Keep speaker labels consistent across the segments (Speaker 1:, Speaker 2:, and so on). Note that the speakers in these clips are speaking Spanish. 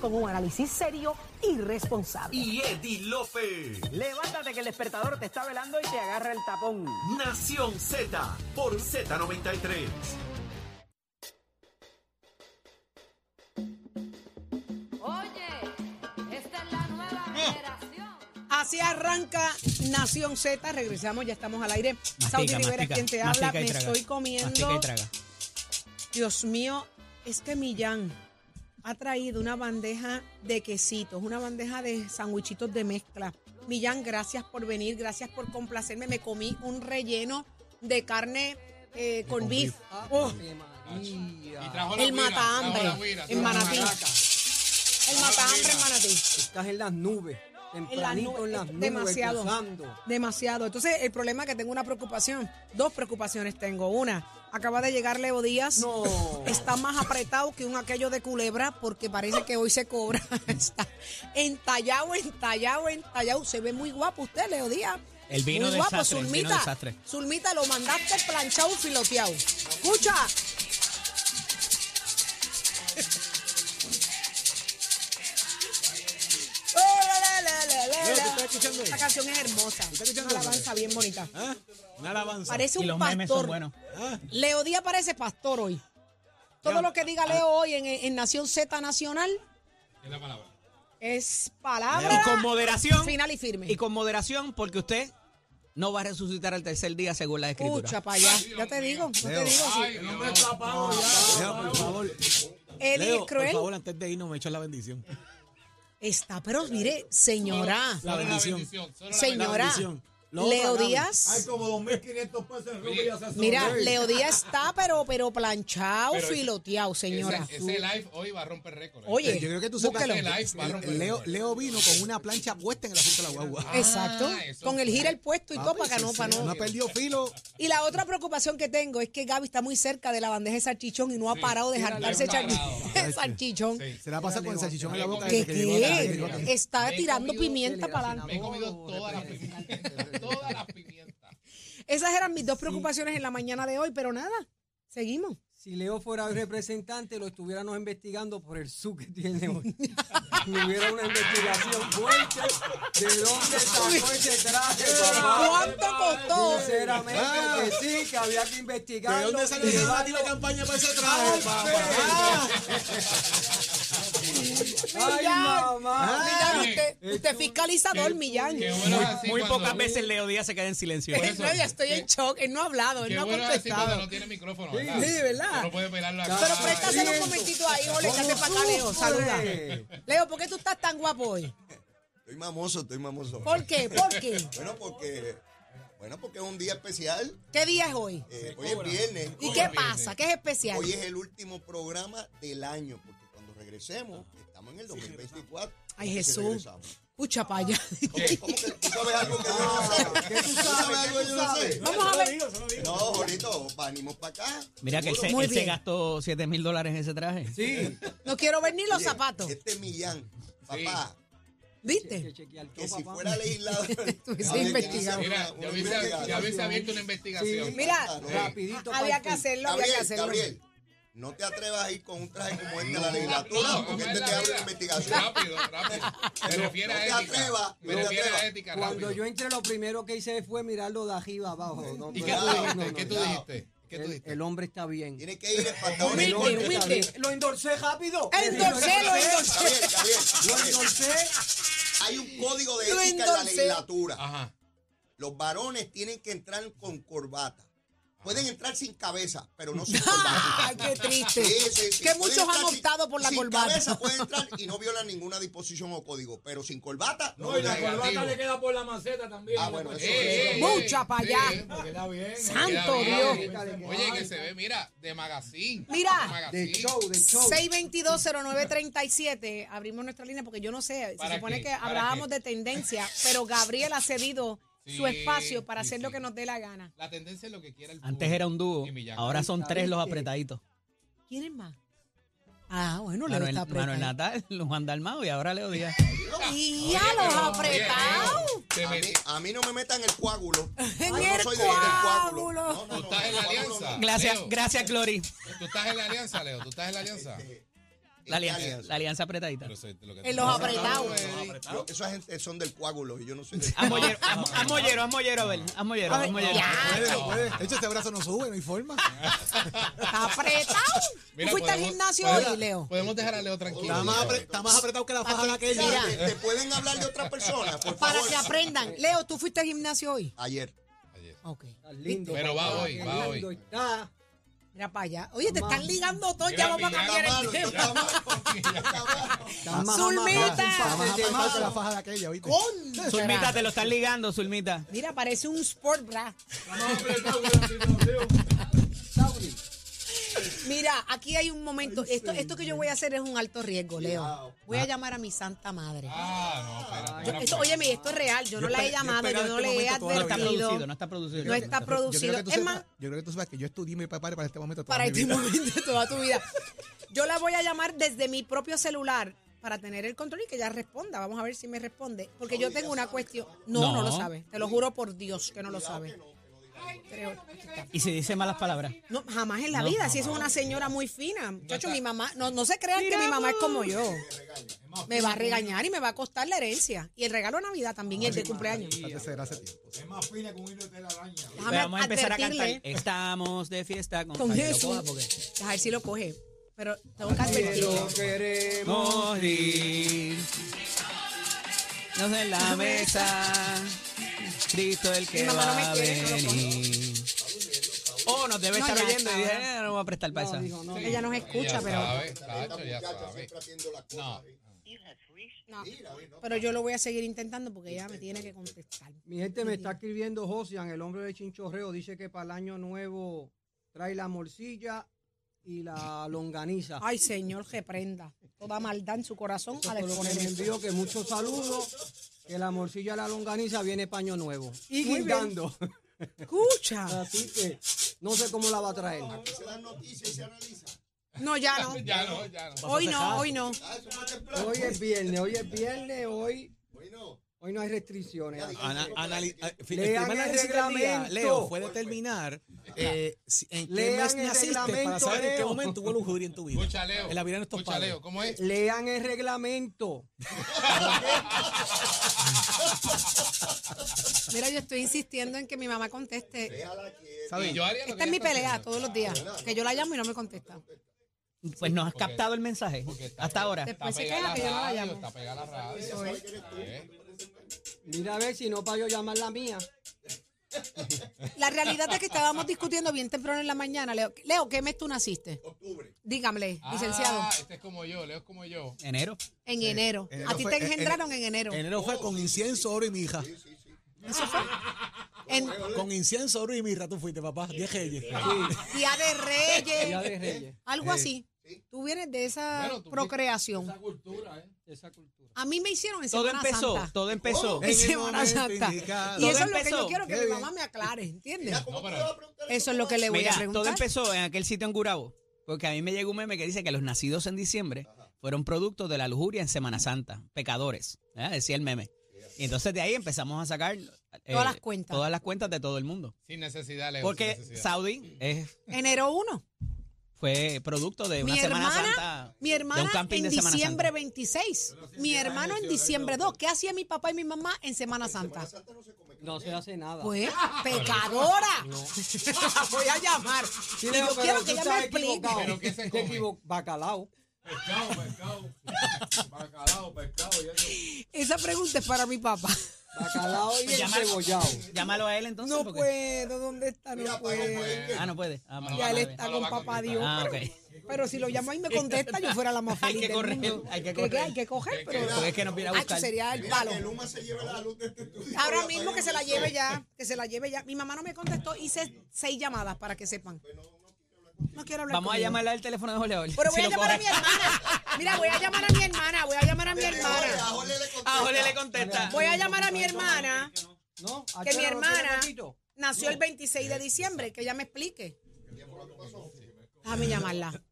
Speaker 1: con un análisis serio y responsable.
Speaker 2: y Eddie Lofe.
Speaker 3: Levántate que el despertador te está velando y te agarra el tapón.
Speaker 2: Nación Z por Z93.
Speaker 4: Oye, esta es la nueva generación.
Speaker 5: Así arranca Nación Z. Regresamos, ya estamos al aire. Saudi Rivera es quien te habla.
Speaker 6: mastica y
Speaker 5: Me
Speaker 6: traga,
Speaker 5: estoy
Speaker 6: mastica
Speaker 5: comiendo.
Speaker 6: y traga.
Speaker 5: Dios mío, es que Millán ha traído una bandeja de quesitos, una bandeja de sandwichitos de mezcla. Millán, gracias por venir, gracias por complacerme. Me comí un relleno de carne eh, con,
Speaker 6: con
Speaker 5: beef.
Speaker 6: beef.
Speaker 5: Oh,
Speaker 7: Y trajo la
Speaker 5: el
Speaker 7: guira,
Speaker 5: matahambre
Speaker 7: trajo la guira,
Speaker 5: en
Speaker 7: trajo la
Speaker 5: Manatí.
Speaker 7: maraca.
Speaker 5: El matahambre en Manatí.
Speaker 8: Estás en las nubes, tempranito
Speaker 5: nubes,
Speaker 8: en las nubes,
Speaker 5: demasiado.
Speaker 8: gozando.
Speaker 5: Demasiado. Entonces, el problema es que tengo una preocupación. Dos preocupaciones tengo. Una, acaba de llegar Leo Díaz.
Speaker 8: No.
Speaker 5: Está más apretado que un aquello de culebra porque parece que hoy se cobra. Está entallado, entallado, entallado. Se ve muy guapo usted, Leo Díaz.
Speaker 6: El vino
Speaker 5: muy
Speaker 6: desastre,
Speaker 5: guapo,
Speaker 6: el vino
Speaker 5: Zulmita.
Speaker 6: desastre.
Speaker 5: Zulmita, lo mandaste planchado y filoteado. Escucha.
Speaker 8: Leo, ¿tú estás escuchando eso?
Speaker 5: Esta canción es hermosa.
Speaker 8: escuchando
Speaker 5: Una
Speaker 8: eso?
Speaker 5: alabanza bien bonita.
Speaker 8: ¿Ah? Una alabanza.
Speaker 5: Parece
Speaker 6: Y
Speaker 5: un
Speaker 6: los memes
Speaker 5: pastor.
Speaker 6: son buenos.
Speaker 8: ¿Ah?
Speaker 5: Leo Díaz parece pastor hoy. Todo lo que diga Leo hoy en, en Nación Z Nacional
Speaker 7: Es la palabra.
Speaker 5: es palabra
Speaker 6: Y con moderación.
Speaker 5: final y firme.
Speaker 6: Y con moderación, porque usted no va a resucitar al tercer día según la escritura.
Speaker 5: Escucha para allá. Ya te digo, ya te digo. sí.
Speaker 7: El hombre está apagado
Speaker 8: Leo, por favor.
Speaker 5: Eddie
Speaker 8: Leo,
Speaker 5: es cruel.
Speaker 8: por favor, antes de irnos me echas la bendición.
Speaker 5: Está, pero mire, señora,
Speaker 8: La bendición.
Speaker 7: solo la
Speaker 8: La
Speaker 5: señora,
Speaker 8: bendición. La otra,
Speaker 5: Leo
Speaker 8: Gaby.
Speaker 5: Díaz.
Speaker 9: como 2.500 pesos en rubia y asesor.
Speaker 5: Mira, Leo Díaz está, pero, pero planchado,
Speaker 7: Pero ese-
Speaker 5: filoteado, señora.
Speaker 7: Ese, ese live hoy va a romper récord. ¿eh?
Speaker 5: Oye,
Speaker 8: Yo creo que tú sepas
Speaker 5: búsquelo.
Speaker 8: que
Speaker 7: Live, va a romper
Speaker 8: Leo,
Speaker 7: el récord.
Speaker 8: Leo vino con una plancha puesta en el asunto de la guagua.
Speaker 5: Exacto.
Speaker 7: Ah, eso
Speaker 5: Con el
Speaker 7: fue.
Speaker 5: gira el puesto y todo para que no, para
Speaker 8: Ah, No
Speaker 5: no.
Speaker 8: ha perdido filo.
Speaker 5: Y la otra preocupación que tengo es que Gaby está muy cerca de la bandeja de salchichón y no ha parado de
Speaker 7: mira,
Speaker 5: jartarse
Speaker 7: la hemos
Speaker 5: salchi- salchichón.
Speaker 7: Sí.
Speaker 8: Se la pasa con el salchichón en la boca.
Speaker 5: ¿Qué,
Speaker 8: desde que llegó acá, desde que llegó acá.
Speaker 5: qué? Está
Speaker 7: Me he
Speaker 5: tirando
Speaker 7: comido
Speaker 5: pimienta
Speaker 8: tele,
Speaker 5: para
Speaker 8: gracias
Speaker 5: adelante.
Speaker 7: Me he comido
Speaker 8: Oh,
Speaker 7: toda la
Speaker 8: representante.
Speaker 7: pimienta. Toda la pimienta.
Speaker 5: Esas eran mis dos preocupaciones en la mañana de hoy, pero nada, seguimos.
Speaker 8: Si Leo fuera el representante, lo estuviéramos investigando por el su que tiene hoy. Si hubiera una investigación fuerte de dónde sacó ese traje, papá.
Speaker 5: ¿Cuánto costó?
Speaker 8: Sinceramente que pues sí, que había que investigarlo.
Speaker 9: ¿De dónde salió el debate y la campaña para
Speaker 8: Ah,
Speaker 9: ese
Speaker 8: pues,
Speaker 9: traje?
Speaker 8: ¡Ay, mamá!
Speaker 5: Millán, usted, usted fiscalizador, Millán.
Speaker 7: Qué
Speaker 5: Eh,
Speaker 7: bueno es así
Speaker 6: Muy
Speaker 7: cuando-
Speaker 6: pocas veces Leo Díaz se queda en silencio. ¿eh?
Speaker 7: Por eso,
Speaker 5: No, ya estoy en
Speaker 7: qué-
Speaker 5: shock. Él no ha hablado, él
Speaker 7: Qué
Speaker 5: no ha
Speaker 7: bueno es así cuando
Speaker 5: contestado. Pues
Speaker 7: no tiene micrófono.
Speaker 8: Sí,
Speaker 7: ¿verdad?
Speaker 8: sí, ¿verdad?
Speaker 7: No puede pelarlo acá.
Speaker 5: Pero
Speaker 8: Ah,
Speaker 5: préstaselo un
Speaker 8: eso.
Speaker 5: momentito ahí, Jorge, échate para
Speaker 8: pues,
Speaker 5: acá, Leo. Saluda. Leo, ¿por qué tú estás tan guapo hoy?
Speaker 10: Estoy mamoso, estoy mamoso.
Speaker 5: ¿Por qué? ¿Por qué?
Speaker 10: Bueno, porque bueno, porque es un día especial.
Speaker 5: ¿Qué día es hoy?
Speaker 10: Eh, hoy es viernes.
Speaker 5: ¿Y qué pasa? ¿Qué es especial?
Speaker 10: Hoy es el último programa del año, porque cuando regresemos,
Speaker 7: Ah.
Speaker 10: estamos en el 2024.
Speaker 5: Ay,
Speaker 10: ¿Cómo que si
Speaker 5: Jesús.
Speaker 10: regresamos?
Speaker 5: Escucha para allá.
Speaker 10: ¿Cómo que tú sabes algo que yo no sé? ¿Tú sabes algo que yo no sé?
Speaker 5: Vamos a ver.
Speaker 10: No, Jorito, venimos para acá.
Speaker 6: Mira que él, se,
Speaker 5: Muy
Speaker 6: él se
Speaker 5: bien.
Speaker 6: gastó 7 mil dólares en ese traje.
Speaker 8: Sí.
Speaker 5: No quiero ver ni los
Speaker 10: Oye,
Speaker 5: zapatos.
Speaker 10: Este Millán, papá,
Speaker 5: ¿Viste?
Speaker 10: que si fuera legislador.
Speaker 5: Estuviese
Speaker 10: a ver,
Speaker 5: investigado.
Speaker 10: una-
Speaker 7: Mira,
Speaker 10: una
Speaker 7: ya hubiese- ya hubiese
Speaker 10: investigación.
Speaker 7: abierto una investigación.
Speaker 5: Mira,
Speaker 8: Ah, Rapidito.
Speaker 5: Ah, Había que
Speaker 8: papi.
Speaker 5: hacerlo, había que
Speaker 10: Gabriel,
Speaker 5: hacerlo.
Speaker 10: Gabriel, no te atrevas a ir con un traje como este a la
Speaker 7: No,
Speaker 10: legislatura, porque
Speaker 7: jamás
Speaker 10: este
Speaker 7: en
Speaker 10: te
Speaker 7: la
Speaker 10: abre la
Speaker 7: vida.
Speaker 10: investigación.
Speaker 7: Rápido, rápido. Me
Speaker 10: No,
Speaker 7: refiero
Speaker 10: no
Speaker 7: a
Speaker 10: te
Speaker 7: ética.
Speaker 10: atrevas,
Speaker 7: Me
Speaker 10: no te
Speaker 7: refiero a
Speaker 10: atrevas.
Speaker 7: ética.
Speaker 8: Cuando
Speaker 7: rápido.
Speaker 8: yo entré, lo primero que hice fue mirarlo de arriba abajo. No,
Speaker 7: ¿Y qué
Speaker 8: pero-
Speaker 7: tú
Speaker 10: No,
Speaker 7: dijiste?
Speaker 8: no,
Speaker 7: ¿Qué tú
Speaker 8: no,
Speaker 7: dijiste? ¿Qué tú
Speaker 8: el-
Speaker 7: dijiste?
Speaker 8: El hombre está bien.
Speaker 10: Tiene que ir en pantalones
Speaker 5: Humilde,
Speaker 8: El hombre está
Speaker 5: humilde.
Speaker 8: bien. Lo endorsé rápido.
Speaker 5: Endorcé, lo endorcé.
Speaker 10: Gabriel, Gabriel,
Speaker 8: Lo
Speaker 10: Gabriel,
Speaker 8: endorsé.
Speaker 10: hay un código de
Speaker 5: Lo
Speaker 10: ética en la
Speaker 5: endorcé.
Speaker 10: legislatura.
Speaker 7: Ajá.
Speaker 10: Los varones tienen que entrar con corbata. Pueden entrar sin cabeza, pero no sin corbata.
Speaker 5: Ay, Ah, qué triste.
Speaker 10: Sí, sí, sí.
Speaker 5: Que
Speaker 10: Pueden
Speaker 5: muchos
Speaker 10: entrar
Speaker 5: han
Speaker 10: sin-
Speaker 5: optado por la
Speaker 10: sin
Speaker 5: corbata.
Speaker 10: cabeza pueden entrar y no violan ninguna disposición o código, pero sin corbata no.
Speaker 9: No, y la
Speaker 7: Negativo.
Speaker 9: corbata le queda por la maceta también.
Speaker 10: Ah, bueno, eso
Speaker 7: Eh, eh,
Speaker 5: Mucha
Speaker 7: eh,
Speaker 5: pa'
Speaker 7: sí,
Speaker 5: allá.
Speaker 7: eh, porque está bien, eh.
Speaker 5: Santo
Speaker 7: Queda bien.
Speaker 8: Dios.
Speaker 7: Oye, que se ve, mira, de magazine.
Speaker 5: Mira.
Speaker 7: De magazine.
Speaker 8: De show, de show.
Speaker 5: 6220937, abrimos nuestra línea porque yo no sé, se
Speaker 7: ¿Para
Speaker 5: supone
Speaker 7: qué?
Speaker 5: que
Speaker 7: ¿Para
Speaker 5: hablábamos
Speaker 7: qué?
Speaker 5: de tendencia, pero Gabriel ha cedido su
Speaker 7: Sí,
Speaker 5: espacio para
Speaker 7: sí,
Speaker 5: hacer lo
Speaker 7: sí.
Speaker 5: que nos dé la gana.
Speaker 7: La tendencia es lo que quiera el
Speaker 6: Antes era un dúo,
Speaker 7: Y Millán.
Speaker 6: ahora son tres los apretaditos.
Speaker 5: ¿Quieren más? Ah, bueno, Leo
Speaker 6: Manuel,
Speaker 5: está
Speaker 6: Manuel
Speaker 5: apretado.
Speaker 6: Natal, Juan Dalmau y ahora Leo Díaz.
Speaker 5: Y a los apretados.
Speaker 7: Te
Speaker 10: A mí,
Speaker 7: metí.
Speaker 10: a mí no me metan el coágulo.
Speaker 5: En
Speaker 10: Yo
Speaker 5: el
Speaker 10: no soy de ir al coágulo.
Speaker 5: coágulo.
Speaker 7: Tú
Speaker 10: No, no, no,
Speaker 7: estás en la
Speaker 10: coágulo no.
Speaker 7: alianza.
Speaker 6: Gracias,
Speaker 7: Leo.
Speaker 6: gracias, Glory.
Speaker 7: Tú estás en la alianza, Leo. Tú estás en la alianza.
Speaker 10: Eh, ¿Qué
Speaker 6: La alianza,
Speaker 10: alianza?
Speaker 6: la alianza apretadita.
Speaker 7: Pero eso es lo que
Speaker 5: Este, En
Speaker 7: te-
Speaker 5: los
Speaker 7: No,
Speaker 5: apretados.
Speaker 10: Yo- Esa gente son del coágulo y yo no soy del
Speaker 6: Haz mollero, haz- haz mollero, haz mollero, Abel. Haz mollero, haz mollero.
Speaker 5: Ya,
Speaker 11: No puede. De hecho, este brazo no sube, no hay forma.
Speaker 5: está apretado.
Speaker 7: Mira,
Speaker 5: ¿Tú fuiste al
Speaker 7: podemos-
Speaker 5: gimnasio
Speaker 7: podemos-
Speaker 5: hoy, Leo?
Speaker 7: Podemos dejar a Leo
Speaker 11: Está
Speaker 7: tranquilo.
Speaker 11: más, apre- está más apretado que la faja de aquella.
Speaker 10: Mira, ¿Te, te pueden hablar de otra persona, por
Speaker 5: Para
Speaker 10: favor.
Speaker 5: que aprendan. Leo, ¿tú fuiste al gimnasio hoy?
Speaker 10: Ayer.
Speaker 7: Ayer.
Speaker 5: Ok.
Speaker 8: Estás lindo.
Speaker 7: Pero va
Speaker 8: papá,
Speaker 7: hoy,
Speaker 8: qué
Speaker 7: va
Speaker 8: lindo
Speaker 7: hoy.
Speaker 8: está.
Speaker 5: Mira para allá. Oye, te están ligando todos. Ya
Speaker 7: Mira,
Speaker 5: vamos a
Speaker 7: mira,
Speaker 5: cambiar el
Speaker 10: esto
Speaker 5: tema.
Speaker 10: está malo, está malo.
Speaker 8: Estás más
Speaker 5: Zulmita.
Speaker 8: amarrado que un
Speaker 11: Está más
Speaker 8: pastel de
Speaker 11: apretado que la
Speaker 8: mano.
Speaker 11: faja de aquella, ¿viste?
Speaker 6: Zulmita, te lo están ligando, Zulmita.
Speaker 5: Mira, parece un sport bra.
Speaker 8: Sauri,
Speaker 5: Mira, aquí hay un momento. Esto, esto que yo voy a hacer es un alto riesgo, Leo. Voy a llamar a mi santa madre.
Speaker 7: Ah, no, espérate,
Speaker 5: Yo-
Speaker 7: espérate.
Speaker 5: esto, óyeme, esto es real. Yo no la he
Speaker 11: espe- yo
Speaker 5: llamado, yo,
Speaker 11: esperaba
Speaker 5: no
Speaker 11: este
Speaker 5: le he
Speaker 11: momento toda la
Speaker 6: No
Speaker 11: vida.
Speaker 6: está producido,
Speaker 5: advertido.
Speaker 6: no está producido.
Speaker 5: No está
Speaker 11: Yo
Speaker 5: producido.
Speaker 11: creo que tú
Speaker 5: Es más,
Speaker 11: sepas- yo creo que tú sabes que yo estudié y me preparé para este momento. toda
Speaker 5: para
Speaker 11: mi
Speaker 5: este
Speaker 11: vida.
Speaker 5: momento de toda tu vida. Yo la voy a llamar desde mi propio celular para tener el control y que ella responda. Vamos a ver si me responde. Porque yo tengo una cuestión. No, no,
Speaker 6: No.
Speaker 5: lo sabe. Te lo juro por Dios que no lo sabe. Creo-
Speaker 6: Y se dice malas palabras.
Speaker 5: No, jamás en la vida. si eso es una señora muy fina. Muchachos, mi mamá, no, no se crean que mi mamá es como yo. Me va a regañar y me va a costar la herencia. Y el regalo de Navidad también, y el de cumpleaños.
Speaker 11: Antes era hace tiempo.
Speaker 9: Es más fina que un hilo de tela araña.
Speaker 5: Déjame
Speaker 6: Pero vamos a empezar a
Speaker 5: advertirle
Speaker 6: cantar. Estamos de fiesta con,
Speaker 5: con
Speaker 6: Ay, lo
Speaker 5: Jesús.
Speaker 6: coja porque-
Speaker 5: A ver si lo coge. Pero tengo que advertirle.
Speaker 8: lo queremos.
Speaker 6: morir. No en la mesa. Cristo el que
Speaker 5: Mi mamá no me
Speaker 6: va a
Speaker 5: quiere, no lo cojo.
Speaker 6: venir. Oh, nos debe
Speaker 5: No,
Speaker 6: estar
Speaker 5: ya
Speaker 6: oyendo. Y
Speaker 5: está.
Speaker 6: dije, eh, no me voy a prestar para esa.
Speaker 8: Dijo, no,
Speaker 5: Sí. Ella nos escucha,
Speaker 7: Ya
Speaker 5: pero,
Speaker 7: sabe, Tacho, ya
Speaker 10: Muchacha
Speaker 7: sabe.
Speaker 10: siempre haciendo las
Speaker 7: No.
Speaker 10: cosas.
Speaker 5: no. pero yo lo voy a seguir intentando porque ella me tiene que contestar.
Speaker 8: Mi gente me está escribiendo Josian, el hombre de Chinchorreo, dice que para el año nuevo trae la morcilla y la longaniza.
Speaker 5: Ay, señor, que prenda. Toda maldad en su corazón al
Speaker 8: Por lo que
Speaker 5: exponer
Speaker 8: me
Speaker 5: esto.
Speaker 8: envío que muchos saludos, que la morcilla y la longaniza viene paño nuevo. Y
Speaker 5: Muy bien.
Speaker 8: guindando.
Speaker 5: Escucha.
Speaker 8: Así que no sé cómo la va a traer.
Speaker 10: Se dan noticias y se analiza.
Speaker 5: No, ya no.
Speaker 7: Ya no, ya no.
Speaker 5: Hoy no, hoy no.
Speaker 10: Ah, eso fue temprano.
Speaker 8: Hoy es viernes, hoy es viernes, hoy,
Speaker 10: Hoy no.
Speaker 8: hoy no hay restricciones.
Speaker 11: Ana- anali- a- fi- el
Speaker 8: Lean
Speaker 11: tema de
Speaker 8: el
Speaker 11: análisis del día,
Speaker 8: reglamento.
Speaker 11: Leo,
Speaker 5: pues,
Speaker 11: fue determinar
Speaker 5: ah.
Speaker 11: eh, si- en qué
Speaker 8: Lean
Speaker 11: mes
Speaker 8: el
Speaker 11: naciste para
Speaker 8: reglamento,
Speaker 11: saber en qué
Speaker 8: Leo.
Speaker 11: momento hubo lujuria en tu vida.
Speaker 7: Escucha, Leo.
Speaker 11: En la vida de nuestros
Speaker 7: Escucha,
Speaker 11: padres.
Speaker 7: Leo, ¿cómo es?
Speaker 8: Lean el reglamento.
Speaker 5: Mira, yo estoy insistiendo en que mi mamá conteste.
Speaker 7: Y yo haría
Speaker 5: Esta
Speaker 7: lo que
Speaker 5: es
Speaker 7: ella
Speaker 5: mi
Speaker 7: está
Speaker 5: pelea
Speaker 7: haciendo.
Speaker 5: todos los días. Que yo la llamo y no me contesta.
Speaker 6: Pues nos has captado el mensaje.
Speaker 7: está-
Speaker 6: Hasta ahora.
Speaker 5: Te-
Speaker 7: Está
Speaker 5: Pues se
Speaker 7: pegada
Speaker 5: queja que yo no la
Speaker 7: a la
Speaker 5: llamo.
Speaker 7: radio, está pegada a la radio. ¿Eh?
Speaker 8: Mira a ver si no para yo llamar la mía.
Speaker 5: La realidad es que estábamos discutiendo bien temprano en la mañana. Leo, Leo ¿qué mes tú naciste?
Speaker 10: Octubre.
Speaker 5: Dígamele, licenciado.
Speaker 7: Ah, este es como yo, Leo es como yo.
Speaker 6: Enero.
Speaker 5: En enero.
Speaker 11: enero
Speaker 5: A ti
Speaker 11: fue-
Speaker 5: te
Speaker 11: en- en-
Speaker 5: engendraron en enero.
Speaker 11: Enero fue con incienso, oro y mija.
Speaker 5: En
Speaker 11: Con incienso, oro y mirra tú fuiste, papá. Diez reyes.
Speaker 5: Día de Reyes.
Speaker 8: Día de Reyes.
Speaker 5: Algo así. Tú vienes de esa
Speaker 7: Bueno, tú-
Speaker 5: procreación.
Speaker 8: Esa cultura.
Speaker 5: A mí me hicieron en
Speaker 6: Todo
Speaker 5: Semana
Speaker 6: empezó,
Speaker 5: Santa.
Speaker 6: todo empezó.
Speaker 5: En
Speaker 11: En el
Speaker 5: Semana
Speaker 11: momento
Speaker 5: Santa.
Speaker 11: indicado.
Speaker 5: Y eso
Speaker 6: Todo
Speaker 5: es lo que yo
Speaker 6: empezó.
Speaker 5: quiero que
Speaker 11: Qué
Speaker 5: mi
Speaker 11: bien.
Speaker 5: mamá me aclare, ¿entiendes?
Speaker 7: No, pero
Speaker 5: Eso es lo que le voy
Speaker 6: Mira,
Speaker 5: a preguntar.
Speaker 6: todo empezó en aquel sitio en Gurabo. Porque a mí me llegó un meme que dice que los nacidos en diciembre fueron productos de la lujuria en Semana Santa. Pecadores. ¿eh? Decía el meme. Y entonces de ahí empezamos a sacar. eh,
Speaker 5: Todas las cuentas.
Speaker 6: Todas las cuentas de todo el mundo.
Speaker 7: sin necesidad, Leo.
Speaker 6: Porque
Speaker 7: sin necesidad.
Speaker 6: Saudi es-
Speaker 5: Enero 1.
Speaker 6: fue producto de una
Speaker 5: Mi
Speaker 6: Semana
Speaker 5: hermana,
Speaker 6: Santa.
Speaker 5: mi
Speaker 6: de un
Speaker 5: hermana
Speaker 6: camping
Speaker 5: en
Speaker 6: de Semana
Speaker 5: diciembre
Speaker 6: Santa.
Speaker 5: 26. Mi hermano en diciembre 2. ¿Qué hacía mi papá y mi mamá en Semana Santa?
Speaker 8: No se hace nada.
Speaker 5: Pues, pecadora. voy a llamar.
Speaker 8: Sí,
Speaker 5: Y
Speaker 8: Leo,
Speaker 5: pues, yo
Speaker 8: pero
Speaker 5: quiero
Speaker 8: tú
Speaker 5: que ella me
Speaker 8: estás
Speaker 5: explique.
Speaker 8: equivocado.
Speaker 7: Pero ¿qué se
Speaker 8: Te
Speaker 7: come?
Speaker 8: equivo- Bacalao.
Speaker 9: Pescado, pescado. Bacalao, pescado y eso.
Speaker 5: Esa pregunta es para mi papá.
Speaker 8: Bacalao y el
Speaker 6: llámalo.
Speaker 8: cebollado.
Speaker 6: Llámalo a él entonces.
Speaker 5: No
Speaker 6: porque-
Speaker 5: puedo, ¿dónde está? No puedo.
Speaker 6: Ah, no puede. Ah, bueno,
Speaker 5: Ya él
Speaker 6: vale.
Speaker 5: está con
Speaker 7: no lo va a
Speaker 5: papá Dios.
Speaker 6: Ah,
Speaker 5: pero,
Speaker 6: ok.
Speaker 5: pero si lo llama y me contesta, yo fuera la más
Speaker 6: Hay
Speaker 5: feliz.
Speaker 6: que
Speaker 5: del
Speaker 6: correr,
Speaker 5: mundo.
Speaker 6: hay
Speaker 5: ¿Qué-
Speaker 6: que correr.
Speaker 5: qué Hay que coger, pero.
Speaker 6: Porque es que nos viene a
Speaker 5: Ay,
Speaker 6: buscar.
Speaker 5: sería el palo.
Speaker 10: Que Luma se lleve la luz de este estudio.
Speaker 5: Ahora mismo que se la lleve ya, que se la lleve ya. Mi mamá no me contestó, hice seis llamadas para que sepan. No quiero hablar
Speaker 6: Vamos a
Speaker 5: conmigo.
Speaker 6: llamarle al teléfono de Jorge Abel.
Speaker 5: Pero voy
Speaker 6: si
Speaker 5: a
Speaker 6: lo
Speaker 5: llamar a
Speaker 6: coge.
Speaker 5: mi hermana. Mira, voy a llamar a mi hermana, voy a llamar a mi
Speaker 10: A
Speaker 5: hermana.
Speaker 10: Jorge le contesta.
Speaker 6: Ah, Jorge le contesta.
Speaker 5: Voy a llamar a mi hermana,
Speaker 8: No, ¿a
Speaker 5: que
Speaker 8: qué
Speaker 5: mi
Speaker 8: hora va a ser
Speaker 5: hermana
Speaker 8: poquito?
Speaker 5: nació el 26 de diciembre, que ella me explique. Déjame llamarla.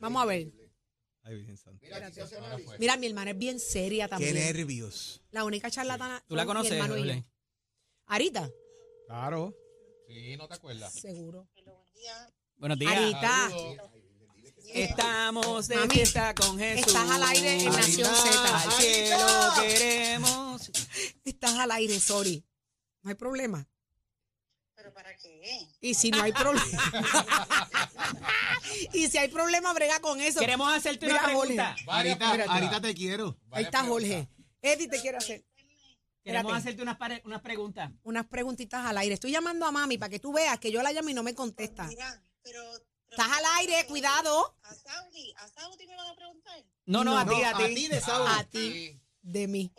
Speaker 5: Vamos a ver.
Speaker 11: Ay, Virgen Santa.
Speaker 5: Mira, mi hermana es bien seria
Speaker 11: Qué
Speaker 5: también.
Speaker 11: nervios.
Speaker 5: La única charlatana.
Speaker 6: ¿Tú la
Speaker 5: son mi
Speaker 6: conoces,
Speaker 5: hermano y yo.
Speaker 6: Jorge?
Speaker 5: Arita,
Speaker 11: Claro.
Speaker 7: Sí, no te acuerdas.
Speaker 5: seguro.
Speaker 6: Buenos días.
Speaker 5: Arita.
Speaker 7: Saludos.
Speaker 6: Estamos de
Speaker 5: Mami,
Speaker 6: fiesta con Jesús.
Speaker 5: estás al aire en Nación Z.
Speaker 6: Al cielo queremos.
Speaker 5: Estás al aire, sorry. No hay problema. ¿Pero para qué? Y si no hay problema. y si hay problema, brega con eso.
Speaker 6: Queremos hacerte una
Speaker 5: Mira, Jorge.
Speaker 6: pregunta.
Speaker 7: Ahorita, ahorita
Speaker 11: te quiero.
Speaker 5: Ahí está Jorge. Eddie te quiero hacer
Speaker 6: Queremos
Speaker 5: espérate.
Speaker 6: hacerte unas, pare- unas preguntas.
Speaker 5: unas preguntitas al aire. Estoy llamando a mami para que tú veas que yo la llamo y no me contesta. Estás al
Speaker 12: eh,
Speaker 5: aire, cuidado.
Speaker 6: No, no, a ti, a ti.
Speaker 11: de
Speaker 5: A ti, de mí.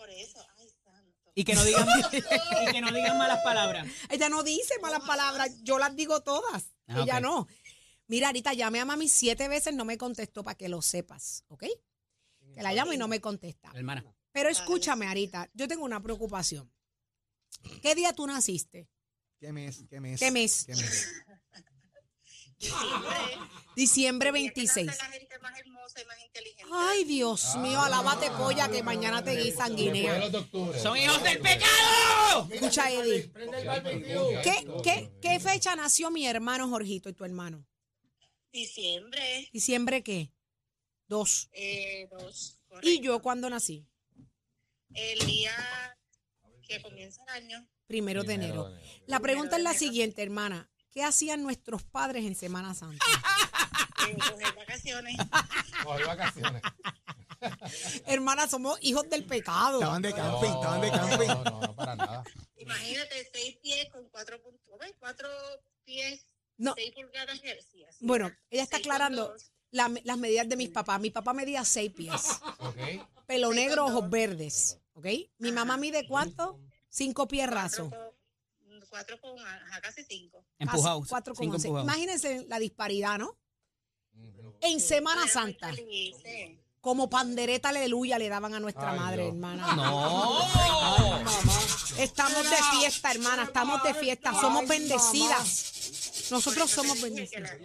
Speaker 6: Y que no digas y que no digas malas palabras.
Speaker 5: Ella no dice malas palabras, yo las digo todas.
Speaker 6: Ah,
Speaker 5: Ella
Speaker 6: ok.
Speaker 5: no. Mira, ahorita llamé a mami siete veces, no me contestó para que lo sepas, ¿ok? Que la llamo y no me contesta.
Speaker 6: Hermana.
Speaker 5: Pero escúchame, Arita, yo tengo una preocupación. ¿Qué día tú naciste?
Speaker 11: ¿Qué mes? ¿Qué mes?
Speaker 5: ¿Qué mes?
Speaker 11: ¿Qué mes?
Speaker 5: Diciembre 26. Ay, Dios mío, alábate polla que mañana te guisan guinea.
Speaker 7: Después de octubre.
Speaker 6: ¡Son hijos del pecado!
Speaker 5: Escucha, Eddie.
Speaker 7: Prende el barbecue.
Speaker 5: ¿Qué, qué, qué fecha nació mi hermano Jorgito y tu hermano?
Speaker 12: Diciembre
Speaker 5: ¿Diciembre qué? Dos.
Speaker 12: eh, 2,
Speaker 5: ¿Y yo cuándo nací?
Speaker 12: el día que comienza el año.
Speaker 5: Primero, de enero. La pregunta es la siguiente, hermana. ¿Qué hacían nuestros padres en Semana Santa?
Speaker 12: eh, coger vacaciones.
Speaker 7: Cogí vacaciones.
Speaker 5: hermana, somos hijos del pecado.
Speaker 11: Estaban de camping, estaban de
Speaker 7: No,
Speaker 11: camping.
Speaker 7: No, no, no, para nada.
Speaker 12: Imagínate, 6 pies con 4 puntos. 4 pies,
Speaker 5: No.
Speaker 12: 6 pulgadas hercias.
Speaker 5: Bueno, ella está
Speaker 12: Seis con
Speaker 5: aclarando
Speaker 12: dos.
Speaker 5: la- las medidas de mis papás. Mi papá medía seis pies,
Speaker 7: Ok.
Speaker 5: pelo negro, ojos verdes, ¿ok? Mi mamá mide cuánto? Cinco pies raso.
Speaker 12: 4 con ajá, casi 5.
Speaker 6: Empujado.
Speaker 5: Casi cuatro con
Speaker 6: cinco
Speaker 5: once.
Speaker 6: empujados.
Speaker 5: Imagínense la disparidad, ¿no? En Semana Santa,
Speaker 12: eh.
Speaker 5: como pandereta aleluya le daban a nuestra madre, hermana.
Speaker 6: No.
Speaker 5: Estamos de fiesta, hermana, estamos de fiesta, somos bendecidas. Nosotros somos bendecidas.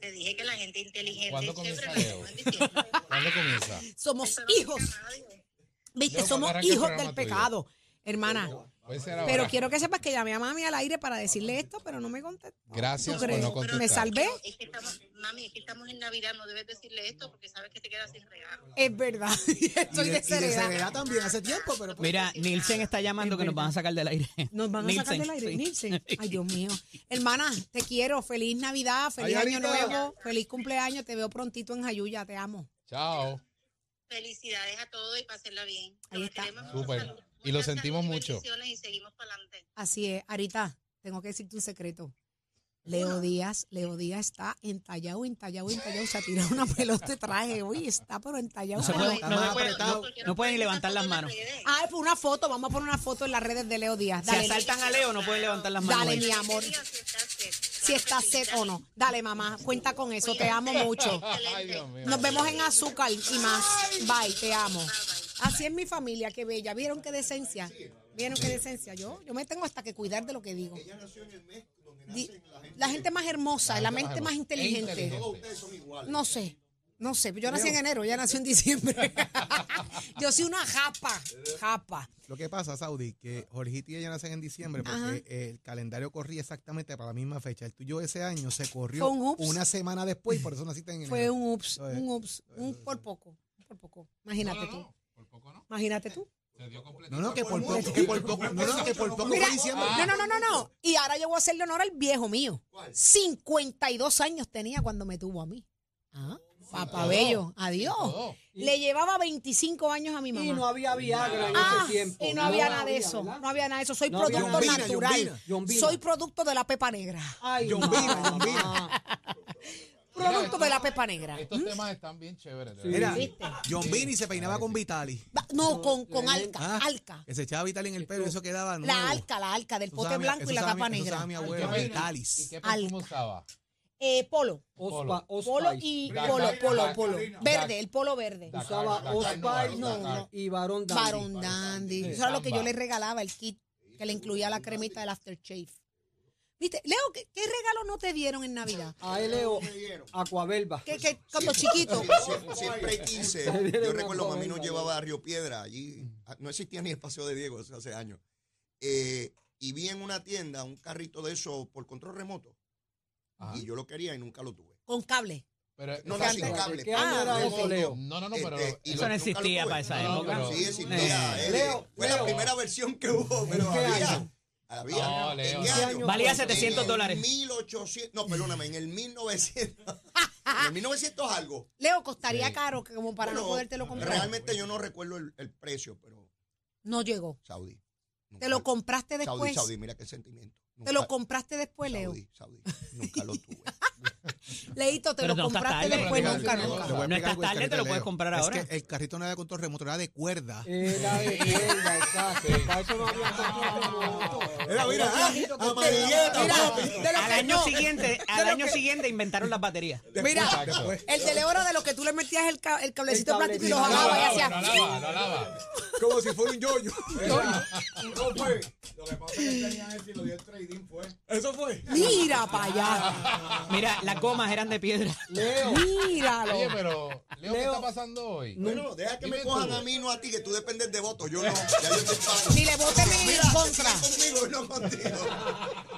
Speaker 12: Te dije que la gente inteligente
Speaker 7: ¿Cuándo comienza
Speaker 12: siempre la
Speaker 7: Leo?
Speaker 12: llevan diciendo.
Speaker 7: ¿Cuándo comienza?
Speaker 5: Somos
Speaker 12: Eso no
Speaker 5: hijos,
Speaker 12: dice nadie.
Speaker 5: ¿viste?
Speaker 7: Leo, ¿cuándo
Speaker 5: Somos
Speaker 7: arranca el
Speaker 5: hijos
Speaker 7: programa
Speaker 5: del
Speaker 7: tuyo?
Speaker 5: pecado, hermana.
Speaker 7: Puede ser ahora.
Speaker 5: Pero quiero que sepas que llamé a mami al aire para decirle esto, pero no me contestó.
Speaker 7: Gracias
Speaker 5: ¿Tú
Speaker 7: por
Speaker 5: crees?
Speaker 7: no contestar.
Speaker 5: ¿Me salvé?
Speaker 12: Es que estamos, mami, es que estamos en Navidad, no debes decirle esto porque sabes que te quedas sin regalo.
Speaker 5: Es verdad. Estoy de seriedad.
Speaker 11: también hace tiempo,
Speaker 5: pues,
Speaker 11: pero
Speaker 6: Mira, Nielsen está llamando que nos van a sacar del aire.
Speaker 5: Nos van a sacar
Speaker 6: Nielsen,
Speaker 5: del aire,
Speaker 6: sí.
Speaker 5: Nielsen. Ay, Dios mío. Hermana, te quiero. Feliz Navidad, feliz
Speaker 7: Ay,
Speaker 5: año
Speaker 7: ahorita.
Speaker 5: nuevo, feliz cumpleaños. Te veo prontito en Jayuya, te amo.
Speaker 7: Chao.
Speaker 12: Felicidades a todos y pásenla bien.
Speaker 5: Ahí
Speaker 12: Los
Speaker 5: está.
Speaker 12: queremos,
Speaker 7: Súper.
Speaker 12: mucha salud,
Speaker 7: Y lo
Speaker 12: mucha
Speaker 7: sentimos
Speaker 12: salud y
Speaker 7: mucho.
Speaker 12: bendiciones Y seguimos para adelante.
Speaker 5: Así es. Arita, tengo que decirte un secreto. Leo Díaz, Leo Díaz está entallado, entallado, entallado. Se ha tirado una pelota de traje hoy, está pero entallado.
Speaker 6: No se puede- no se puede- no-
Speaker 12: Porque
Speaker 6: no pueden
Speaker 12: ponen
Speaker 6: levantar
Speaker 12: esa
Speaker 6: las
Speaker 12: foto en
Speaker 6: manos.
Speaker 12: redes.
Speaker 5: Ah, por una foto, vamos a poner una foto en las redes de Leo Díaz.
Speaker 6: Si
Speaker 5: Dale,
Speaker 6: asaltan a Leo, no pueden levantar las manos.
Speaker 5: Dale,
Speaker 6: ahí.
Speaker 5: mi amor.
Speaker 12: Diga Si está set.
Speaker 5: si está set o no. Dale, mamá, cuenta con eso. Te amo mucho.
Speaker 7: Ay, Dios mío.
Speaker 5: Nos vemos en azúcar y más. Bye, te amo. Así es mi familia, qué bella. ¿Vieron qué decencia? ¿Vieron qué decencia? Yo, yo me tengo hasta que cuidar de lo que digo. Di- La gente más hermosa, la mente
Speaker 7: E
Speaker 5: más inteligente. No sé, no sé. Yo nací en enero, ya nació en diciembre. Yo soy una japa, japa.
Speaker 11: Lo que pasa, Saudi, que Jorgito y ella nacen en diciembre porque
Speaker 5: Ajá.
Speaker 11: eh, el calendario corría exactamente para la misma fecha. El tuyo ese año se corrió
Speaker 5: Fue un ups.
Speaker 11: una semana después y por eso naciste en enero.
Speaker 5: Fue un ups,
Speaker 11: Oye,
Speaker 5: un ups, un por poco, por poco. Imagínate tú,
Speaker 7: Por poco no.
Speaker 5: imagínate tú.
Speaker 7: Se dio completo.
Speaker 11: No, no, que por poco, que por poco, no, no, que por poco
Speaker 5: Mira,
Speaker 11: fue diciembre.
Speaker 5: no, no, no, no, no. Y ahora yo voy a hacerle honor al viejo mío. 52 años tenía cuando me tuvo a mí. Ah, papá bello, adiós.
Speaker 7: Ah, Todo.
Speaker 5: Le llevaba 25 años a mi mamá.
Speaker 8: Y no había Viagra en
Speaker 5: Ah,
Speaker 8: ese tiempo.
Speaker 5: y no había nada de eso.
Speaker 8: ¿verdad?
Speaker 5: No había nada de eso. Soy
Speaker 8: No había
Speaker 5: producto
Speaker 11: nada.
Speaker 5: natural.
Speaker 11: Yombina,
Speaker 8: yombina.
Speaker 5: Soy producto de la pepa negra.
Speaker 8: Ay,
Speaker 11: John Vina, John Vina.
Speaker 8: mamá.
Speaker 5: Producto de la pepa negra.
Speaker 7: Estos temas están bien chéveres. de
Speaker 11: Era
Speaker 7: verdad.
Speaker 11: John Vini se peinaba con Vitali.
Speaker 5: Va- No, con, con alca,
Speaker 11: Ah,
Speaker 5: alca.
Speaker 11: Que se echaba Vitali en el pelo y eso quedaba nuevo.
Speaker 5: La alca, la alca del
Speaker 11: Eso
Speaker 5: pote
Speaker 11: sabe mi-
Speaker 5: blanco
Speaker 11: eso
Speaker 5: y la
Speaker 11: sabe mi-
Speaker 5: tapa
Speaker 11: Eso sabe
Speaker 5: negra.
Speaker 11: mi
Speaker 7: ¿Y qué
Speaker 11: abuelo,
Speaker 7: perfume- ¿Y
Speaker 11: Vitalis.
Speaker 7: qué perfume
Speaker 5: Alca.
Speaker 7: usaba?
Speaker 5: Eh, polo.
Speaker 8: Ospa,
Speaker 5: Polo
Speaker 8: Ospay.
Speaker 5: y
Speaker 7: Black
Speaker 5: polo,
Speaker 7: Carolina,
Speaker 5: polo,
Speaker 7: Black
Speaker 5: polo.
Speaker 7: Carolina.
Speaker 5: Verde, el polo verde.
Speaker 7: Black
Speaker 8: Usaba
Speaker 7: Dakar, Dakar,
Speaker 8: Ospay,
Speaker 7: no,
Speaker 8: no,
Speaker 7: Dakar.
Speaker 8: no, y Barón Dandy.
Speaker 5: Barón Dandy.
Speaker 7: Sí,
Speaker 5: Eso era lo que yo
Speaker 7: samba.
Speaker 5: le regalaba, el kit que le incluía la cremita del aftershave. ¿Viste? Leo, ¿qué, qué regalo no te dieron en Navidad?
Speaker 8: A Leo, Acuabelba.
Speaker 5: Que, que cuando chiquito.
Speaker 10: Siempre, siempre hay 15. Yo recuerdo, mami nos llevaba a Río Piedra, allí ah, no existía ni el paseo de Diego eso hace años. Eh, y vi en una tienda un carrito de eso por control remoto.
Speaker 7: Ajá. Eh,
Speaker 10: Y yo lo quería y nunca lo tuve.
Speaker 5: Con cable.
Speaker 7: Pero,
Speaker 10: No, no,
Speaker 7: exacto.
Speaker 10: sin cable. Ah,
Speaker 7: ¿Qué año era
Speaker 10: No,
Speaker 7: eso,
Speaker 10: no,
Speaker 7: Leo? No,
Speaker 10: no.
Speaker 7: no, no, pero-
Speaker 10: Este, y
Speaker 7: Eso no
Speaker 10: lo- nunca lo
Speaker 7: existía
Speaker 10: tuve.
Speaker 7: para esa
Speaker 10: No,
Speaker 7: época.
Speaker 10: pero Sí
Speaker 7: No.
Speaker 10: existía. eh,
Speaker 7: Leo,
Speaker 10: Fue
Speaker 7: Leo.
Speaker 10: la primera versión que hubo, pero
Speaker 7: ¿En qué
Speaker 10: había.
Speaker 7: año?
Speaker 10: Había.
Speaker 7: No,
Speaker 10: ¿En
Speaker 7: Leo,
Speaker 10: qué
Speaker 7: no.
Speaker 10: año?
Speaker 6: Valía
Speaker 10: En el
Speaker 6: 700 dólares.
Speaker 10: 1800, no, perdóname, en el 1900. en el 1900 algo.
Speaker 5: Leo, costaría
Speaker 10: Sí.
Speaker 5: caro que como para no
Speaker 10: Bueno,
Speaker 5: podértelo comprar.
Speaker 10: Realmente yo no recuerdo el, el precio, pero
Speaker 5: No llegó.
Speaker 10: Saudi.
Speaker 5: Te lo
Speaker 10: compré
Speaker 5: compraste
Speaker 10: Saudi,
Speaker 5: después.
Speaker 10: Saudi, mira qué sentimiento.
Speaker 5: Te lo compraste después, Leo.
Speaker 10: Saudi, Saudi. Nunca lo tuve.
Speaker 5: Leito, te
Speaker 6: Pero
Speaker 5: lo
Speaker 6: no estás
Speaker 5: compraste
Speaker 6: tarde,
Speaker 5: después,
Speaker 6: pero
Speaker 5: nunca,
Speaker 11: Le voy a
Speaker 5: nunca.
Speaker 6: No
Speaker 11: explicar
Speaker 6: estás
Speaker 11: algo del
Speaker 6: tarde, te
Speaker 11: carrito
Speaker 6: lo
Speaker 11: de
Speaker 6: puedes
Speaker 11: Leo.
Speaker 6: comprar
Speaker 11: Es
Speaker 6: ahora. Eh,
Speaker 11: que el carrito no era con torremoto, era de cuerda.
Speaker 8: Era de cuerda, exacto. Para eso no había tanto
Speaker 6: eh,
Speaker 8: remoto.
Speaker 10: Era, mira, ah, amarilleta,
Speaker 5: Mira,
Speaker 10: papi.
Speaker 5: de lo
Speaker 6: Al
Speaker 5: que
Speaker 6: año
Speaker 5: no-
Speaker 6: siguiente,
Speaker 5: de
Speaker 6: al
Speaker 5: lo
Speaker 6: año
Speaker 5: que-
Speaker 6: siguiente inventaron las baterías.
Speaker 5: Mira,
Speaker 7: Exacto.
Speaker 5: el de Leo era de lo que tú le metías el, ca- el cablecito
Speaker 8: El
Speaker 5: plástico y lo
Speaker 8: cablecito.
Speaker 7: No,
Speaker 5: jalabas y
Speaker 7: no,
Speaker 5: hacías.
Speaker 7: no, lava, no, lava.
Speaker 8: Como si fuera un yoyo.
Speaker 9: No fue. Lo que pasa es que tenían ese y lo dio el trading fue.
Speaker 8: Eso fue.
Speaker 5: Mira para allá.
Speaker 6: Mira, las gomas eran de piedra.
Speaker 7: Leo.
Speaker 5: Míralo.
Speaker 7: Oye, pero, Leo, ¿qué
Speaker 8: Leo.
Speaker 7: está pasando hoy?
Speaker 10: Bueno, deja que me
Speaker 7: Dime
Speaker 10: cojan
Speaker 7: tú.
Speaker 10: a mí, no a ti, que tú dependes de votos. Yo no. Ya yo estoy pago.
Speaker 5: Ni le voten en
Speaker 10: Mira,
Speaker 5: contra.
Speaker 10: sigue conmigo y no contigo.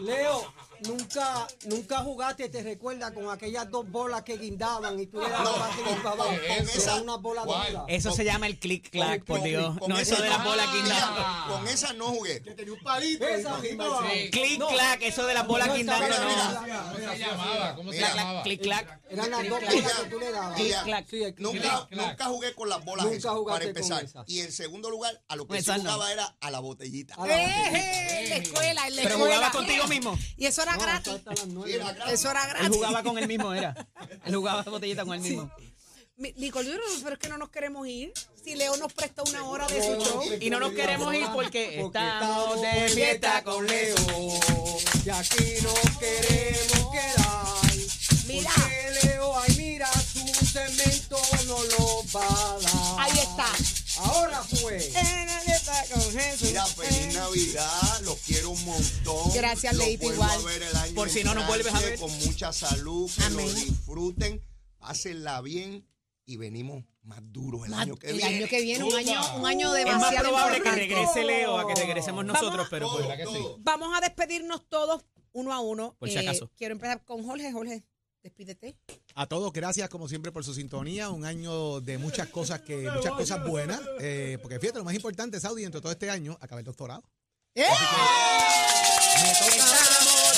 Speaker 8: Leo, nunca, nunca jugaste, te recuerda, con aquellas dos bolas que guindaban y tú le
Speaker 10: No,
Speaker 8: dabas para arriba y para abajo.
Speaker 10: con esa-
Speaker 8: Era una bola
Speaker 7: ¿Cuál?
Speaker 8: dura.
Speaker 6: Eso se llama el click clack, por Dios. No, eso de la bola guindando.
Speaker 10: Mira, Con esa no jugué.
Speaker 9: Tenía un palito.
Speaker 8: Esa,
Speaker 7: Sí.
Speaker 6: Click clack, eso de las bolas
Speaker 8: No, está
Speaker 6: guindando,
Speaker 10: bien,
Speaker 6: no.
Speaker 10: mira.
Speaker 7: ¿Cómo se llamaba? ¿Cómo se
Speaker 10: Mira,
Speaker 6: Clac,
Speaker 7: llamaba?
Speaker 6: Click clack.
Speaker 8: Eran las dos
Speaker 10: Clic,
Speaker 8: bolas que tú le dabas.
Speaker 10: clic,
Speaker 6: clac.
Speaker 8: Sí, el clic,
Speaker 10: Nunca,
Speaker 8: clac.
Speaker 10: nunca jugué con las bolas
Speaker 8: Nunca
Speaker 10: esas, para
Speaker 8: jugaste con
Speaker 10: empezar.
Speaker 8: esas.
Speaker 10: Y en segundo lugar, a lo que
Speaker 6: Esas
Speaker 10: se
Speaker 6: no.
Speaker 10: jugaba era a la botellita.
Speaker 8: A la-
Speaker 5: Eje, en la escuela, en la
Speaker 6: Pero
Speaker 5: escuela.
Speaker 6: jugaba contigo mismo.
Speaker 5: Y eso era
Speaker 8: No, hasta-
Speaker 5: gratis.
Speaker 8: hasta las nueve.
Speaker 10: Era gratis.
Speaker 5: Eso era
Speaker 6: Él
Speaker 5: gratis.
Speaker 6: jugaba con el mismo, era. Él jugaba botellita con el mismo.
Speaker 5: Mi- Nicole, yo no- pero es que no nos queremos ir. Si Leo nos presta una hora de su
Speaker 8: No,
Speaker 5: show.
Speaker 8: sí.
Speaker 6: Y no nos queremos ir porque estamos de fiesta con Leo.
Speaker 8: Y aquí nos queremos quedar.
Speaker 5: Mira.
Speaker 8: Porque Leo, ay, mira, tu cemento no lo va a dar.
Speaker 5: Ahí está.
Speaker 8: Ahora fue.
Speaker 10: Mira, feliz Navidad, los quiero un montón.
Speaker 5: Gracias,
Speaker 10: Los
Speaker 5: Leito,
Speaker 10: vuelvo
Speaker 5: igual.
Speaker 10: a ver el año
Speaker 6: Por
Speaker 10: en
Speaker 6: si no nos
Speaker 10: Francia,
Speaker 6: vuelves a ver.
Speaker 10: Con mucha salud, que lo
Speaker 5: Amén.
Speaker 10: disfruten, pásenla bien y venimos más duros el año que
Speaker 5: el
Speaker 10: viene.
Speaker 5: año que viene, un año, un año
Speaker 6: Es más
Speaker 5: demasiado
Speaker 6: probable que
Speaker 5: importante.
Speaker 6: regrese Leo a que regresemos nosotros, pero
Speaker 10: Todo,
Speaker 6: pues.
Speaker 7: ¿Verdad que sí?
Speaker 10: todo.
Speaker 5: Vamos a despedirnos todos uno a uno. Eh,
Speaker 6: Por si acaso.
Speaker 5: quiero empezar con Jorge. Jorge, despídete.
Speaker 11: A todos, gracias como siempre por su sintonía. Un año de muchas cosas que, muchas cosas buenas. eh, porque fíjate, lo más importante, Saudi, dentro de todo este año, acaba el doctorado. Me toca,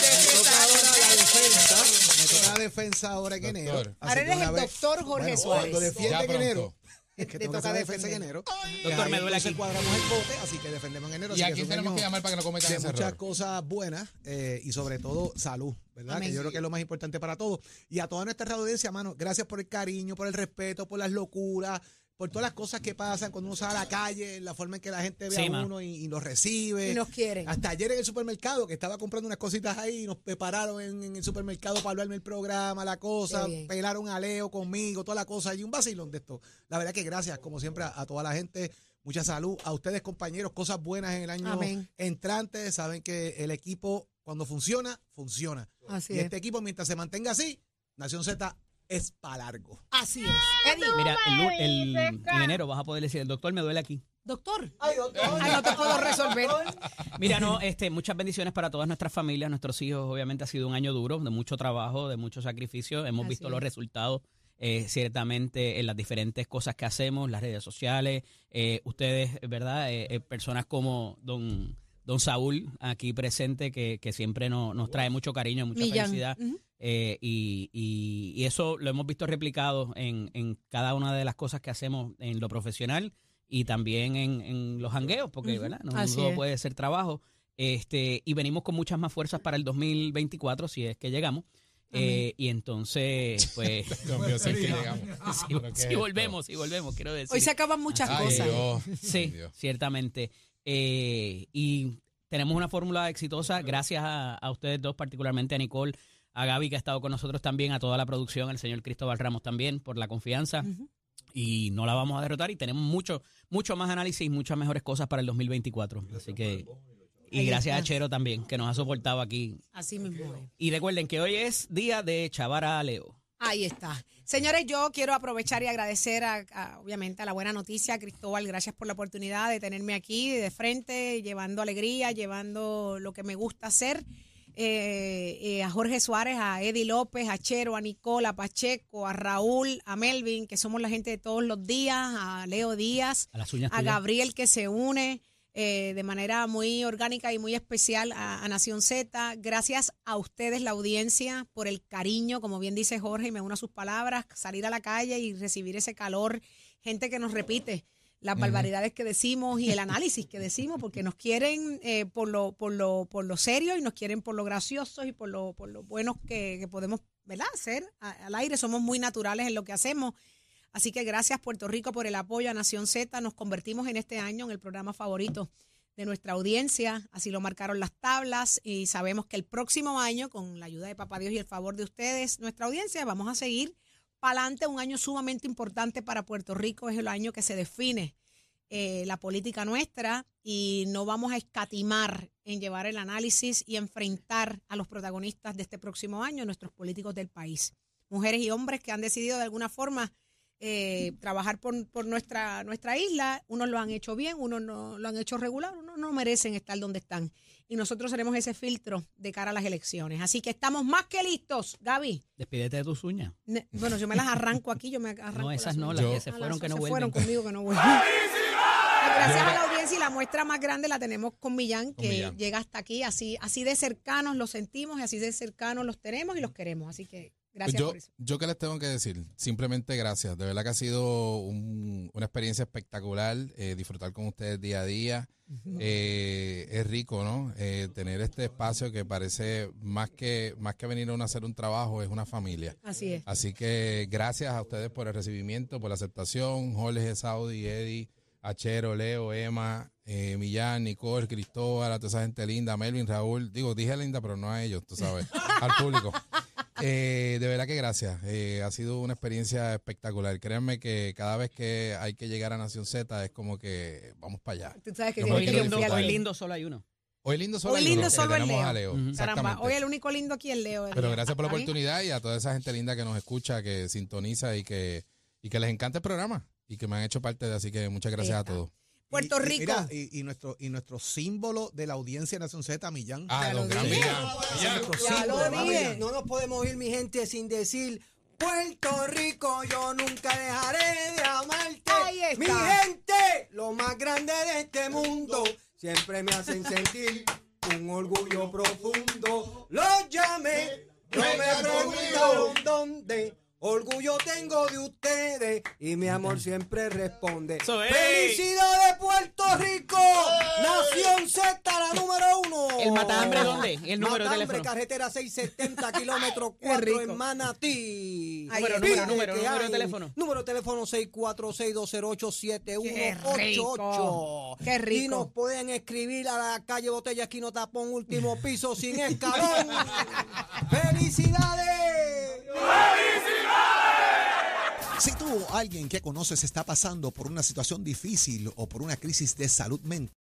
Speaker 11: me toca ahora la defensa. Me toca la defensa ahora en
Speaker 7: Doctor.
Speaker 11: enero. Así
Speaker 5: Ahora
Speaker 11: que
Speaker 5: eres
Speaker 11: una
Speaker 5: el
Speaker 11: vez-
Speaker 5: doctor Jorge
Speaker 11: bueno,
Speaker 5: Suárez.
Speaker 11: Cuando defiende
Speaker 7: Ya
Speaker 11: en
Speaker 7: pronto.
Speaker 11: enero. Es que
Speaker 5: Te
Speaker 11: tengo que
Speaker 5: toca
Speaker 11: hacer defensa en
Speaker 5: defender.
Speaker 11: enero.
Speaker 6: Doctor,
Speaker 11: Ahí
Speaker 6: me duele
Speaker 11: entonces
Speaker 6: aquí.
Speaker 11: cuadramos el bote, así que defendemos en enero.
Speaker 7: Y
Speaker 11: así que
Speaker 7: aquí
Speaker 11: es un
Speaker 7: tenemos que
Speaker 11: año
Speaker 7: llamar para que no cometan
Speaker 11: de
Speaker 7: ese
Speaker 11: muchas
Speaker 7: error.
Speaker 11: cosas buenas eh, y sobre todo salud, ¿verdad?
Speaker 5: Amén.
Speaker 11: Que yo creo que es lo más importante para todos. Y a toda nuestra radio audiencia, mano, gracias por el cariño, por el respeto, por las locuras, por todas las cosas que pasan cuando uno sale a la calle, la forma en que la gente ve
Speaker 6: Sí,
Speaker 11: a
Speaker 6: mano.
Speaker 11: uno y, y los recibe.
Speaker 5: Y nos quieren.
Speaker 11: Hasta ayer en el supermercado, que estaba comprando unas cositas ahí, nos prepararon en, en el supermercado para hablarme el programa, la cosa,
Speaker 5: Qué bien.
Speaker 11: pelaron a Leo conmigo, toda la cosa, y un vacilón de esto. La verdad que gracias, como siempre, a, a toda la gente, mucha salud, a ustedes compañeros, cosas buenas en el año
Speaker 5: Amén.
Speaker 11: entrante, saben que el equipo cuando funciona, funciona.
Speaker 5: Así
Speaker 11: y
Speaker 5: es.
Speaker 11: este equipo mientras se mantenga así, Nación Z es para largo.
Speaker 5: Así es. Eddie,
Speaker 6: Mira, el, lu- el- en enero vas a poder decir, el doctor me duele aquí.
Speaker 5: doctor.
Speaker 8: Ay, doctor.
Speaker 5: Ay, no te puedo resolver.
Speaker 6: Mira, no, este, muchas bendiciones para todas nuestras familias, nuestros hijos. Obviamente ha sido un año duro, de mucho trabajo, de mucho sacrificio. Hemos
Speaker 5: Así
Speaker 6: visto
Speaker 5: es.
Speaker 6: los resultados, eh, ciertamente, en las diferentes cosas que hacemos, las redes sociales. eh, ustedes, ¿verdad? Eh, eh, personas como don, don Saúl, aquí presente, que, que siempre nos, nos trae mucho cariño, mucha
Speaker 5: Millán.
Speaker 6: felicidad.
Speaker 5: Ujú.
Speaker 6: Eh, y, y- y eso lo hemos visto replicado en, en cada una de las cosas que hacemos en lo profesional y también en, en los hangueos, porque
Speaker 5: Ujú,
Speaker 6: ¿verdad? no
Speaker 5: así
Speaker 6: todo
Speaker 5: es.
Speaker 6: puede ser trabajo. Este, y venimos con muchas más fuerzas para el 2024, si es que llegamos. Eh, y entonces, pues,
Speaker 7: Dios mío, sí, que llegamos.
Speaker 6: si,
Speaker 7: Pero qué
Speaker 6: si
Speaker 7: es esto.
Speaker 6: volvemos, si volvemos, quiero decir.
Speaker 5: Hoy se acaban muchas
Speaker 7: Ay,
Speaker 5: cosas.
Speaker 7: Dios. Ay,
Speaker 6: Sí,
Speaker 7: Dios.
Speaker 6: ciertamente. Eh, y tenemos una fórmula exitosa gracias a, a ustedes dos, particularmente a Nicole, a Gaby que ha estado con nosotros también, a toda la producción, al señor Cristóbal Ramos también por la confianza.
Speaker 5: Ujú.
Speaker 6: Y no la vamos a derrotar y tenemos mucho, mucho más análisis y muchas mejores cosas para el 2024. Así que y
Speaker 5: Ahí
Speaker 6: gracias a
Speaker 5: está.
Speaker 6: Chero también que nos ha soportado aquí.
Speaker 5: Así mismo es.
Speaker 6: Y recuerden que hoy es día de Chavara Leo.
Speaker 5: Ahí está. Señores, yo quiero aprovechar y agradecer, a, a- obviamente, a la buena noticia. Cristóbal, gracias por la oportunidad de tenerme aquí de frente, llevando alegría, llevando lo que me gusta hacer. eh, eh, a Jorge Suárez, a Eddie López, a Chero, a Nicola, a Pacheco, a Raúl, a Melvin, que somos la gente de todos los días, a Leo Díaz,
Speaker 6: A las uñas
Speaker 5: a
Speaker 6: tuyas.
Speaker 5: Gabriel que se une eh, de manera muy orgánica y muy especial a, a Nación Z. Gracias a ustedes, la audiencia, por el cariño, como bien dice Jorge, y me uno a sus palabras, salir a la calle y recibir ese calor, gente que nos repite las
Speaker 13: Ujú.
Speaker 5: barbaridades que decimos y el análisis que decimos, porque nos quieren eh, por, lo, por, lo, por lo serio y nos quieren por lo graciosos y por lo, por lo buenos que, que podemos ¿verdad? hacer a- al aire. Somos muy naturales en lo que hacemos. Así que gracias Puerto Rico por el apoyo a Nación Z. Nos convertimos en este año en el programa favorito de nuestra audiencia. Así lo marcaron las tablas y sabemos que el próximo año, con la ayuda de Papá Dios y el favor de ustedes, nuestra audiencia, vamos a seguir para adelante. Un año sumamente importante para Puerto Rico es el año que se define eh, la política nuestra y no vamos a escatimar en llevar el análisis y enfrentar a los protagonistas de este próximo año, nuestros políticos del país. Mujeres y hombres que han decidido de alguna forma eh, trabajar por, por nuestra, nuestra isla. Unos lo han hecho bien, unos no, lo han hecho regular, unos no merecen estar donde están. Y nosotros seremos ese filtro de cara a las elecciones. Así que estamos más que listos, Gaby.
Speaker 6: Despídete de tus uñas.
Speaker 5: Ne- Bueno, yo me las arranco aquí, yo me arranco.
Speaker 6: No, esas no, las
Speaker 5: uñas.
Speaker 6: que se
Speaker 5: Ah,
Speaker 6: fueron,
Speaker 5: las
Speaker 6: que no
Speaker 5: se
Speaker 6: vuelven.
Speaker 5: fueron conmigo que no vuelven. Gracias a la audiencia y la muestra más grande la tenemos con Millán,
Speaker 6: Con
Speaker 5: que
Speaker 6: Millán.
Speaker 5: llega hasta aquí. Así, así de cercanos los sentimos y así de cercanos los tenemos y los queremos. Así que gracias
Speaker 7: Pues yo,
Speaker 5: por eso.
Speaker 7: Yo que les tengo que decir, simplemente gracias. De verdad que ha sido un- una experiencia espectacular eh, disfrutar con ustedes día a día. Eh, es rico, ¿no? Eh, tener este espacio que parece más que más que venir a uno a hacer un trabajo, es una familia.
Speaker 5: Así es.
Speaker 7: Así que gracias a ustedes por el recibimiento, por la aceptación. Jorge, Saudi, Eddie, Achero, Leo, Emma, eh, Millán, Nicole, Cristóbal, a toda esa gente linda, Melvin, Raúl. Digo, dije linda, pero no a ellos, tú sabes, al público. Eh, de verdad que gracias. Eh, ha sido una experiencia espectacular. Créanme que cada vez que hay que llegar a Nación Z es como que vamos para allá.
Speaker 5: Tú sabes que
Speaker 7: Yo
Speaker 5: sí,
Speaker 7: me
Speaker 5: hoy
Speaker 7: quiero
Speaker 5: lindo,
Speaker 7: disfrutar.
Speaker 5: hoy
Speaker 6: Lindo solo hay uno.
Speaker 7: Hoy lindo solo
Speaker 5: Hoy
Speaker 7: hay
Speaker 5: lindo
Speaker 7: uno,
Speaker 5: solo
Speaker 7: que
Speaker 5: el
Speaker 7: tenemos
Speaker 5: Leo.
Speaker 7: a Leo.
Speaker 5: Caramba,
Speaker 7: Exactamente.
Speaker 5: hoy el único lindo aquí es Leo. de
Speaker 7: Pero
Speaker 5: verdad.
Speaker 7: gracias por la
Speaker 5: ¿Está bien?
Speaker 7: oportunidad y a toda esa gente linda que nos escucha, que sintoniza y que, y que les encanta el programa y que me han hecho parte de. Así que muchas gracias a todos.
Speaker 5: Puerto
Speaker 11: Y- y-
Speaker 5: Rico.
Speaker 11: mira, Y, y nuestro, y nuestro símbolo de la audiencia de Nación Z, Millán.
Speaker 7: Ah, don Gran Millán.
Speaker 11: Millán.
Speaker 8: Ya
Speaker 11: Cinco,
Speaker 8: lo
Speaker 11: ¿verdad,
Speaker 8: dije.
Speaker 11: Millán?
Speaker 8: No nos podemos ir, mi gente, sin decir Puerto Rico, yo nunca dejaré de amarte.
Speaker 5: Ahí está.
Speaker 8: Mi gente, lo más grande de este mundo, siempre me hacen sentir un orgullo profundo. Los llamé, no me preguntaron dónde. Orgullo tengo de ustedes y mi amor siempre responde.
Speaker 2: es.
Speaker 8: ¡Felicidades, Puerto Rico! Nación Z, la número uno.
Speaker 6: ¿El matambre dónde? ¿El número de
Speaker 8: Matambre,
Speaker 6: teléfono?
Speaker 8: carretera 670, kilómetro
Speaker 5: Qué
Speaker 8: 4
Speaker 5: rico.
Speaker 8: en Manatí.
Speaker 5: Número,
Speaker 8: Ahí
Speaker 5: número,
Speaker 8: es.
Speaker 5: número,
Speaker 8: Que
Speaker 5: número de
Speaker 8: hay.
Speaker 5: teléfono.
Speaker 8: Número de teléfono
Speaker 5: Qué rico.
Speaker 8: 647-188.
Speaker 5: Qué rico.
Speaker 8: Y nos pueden escribir a la calle Botella, esquino tapón, último piso, sin escalón. ¡Felicidades!
Speaker 11: Si tú o alguien que conoces está pasando por una situación difícil o por una crisis de salud mental,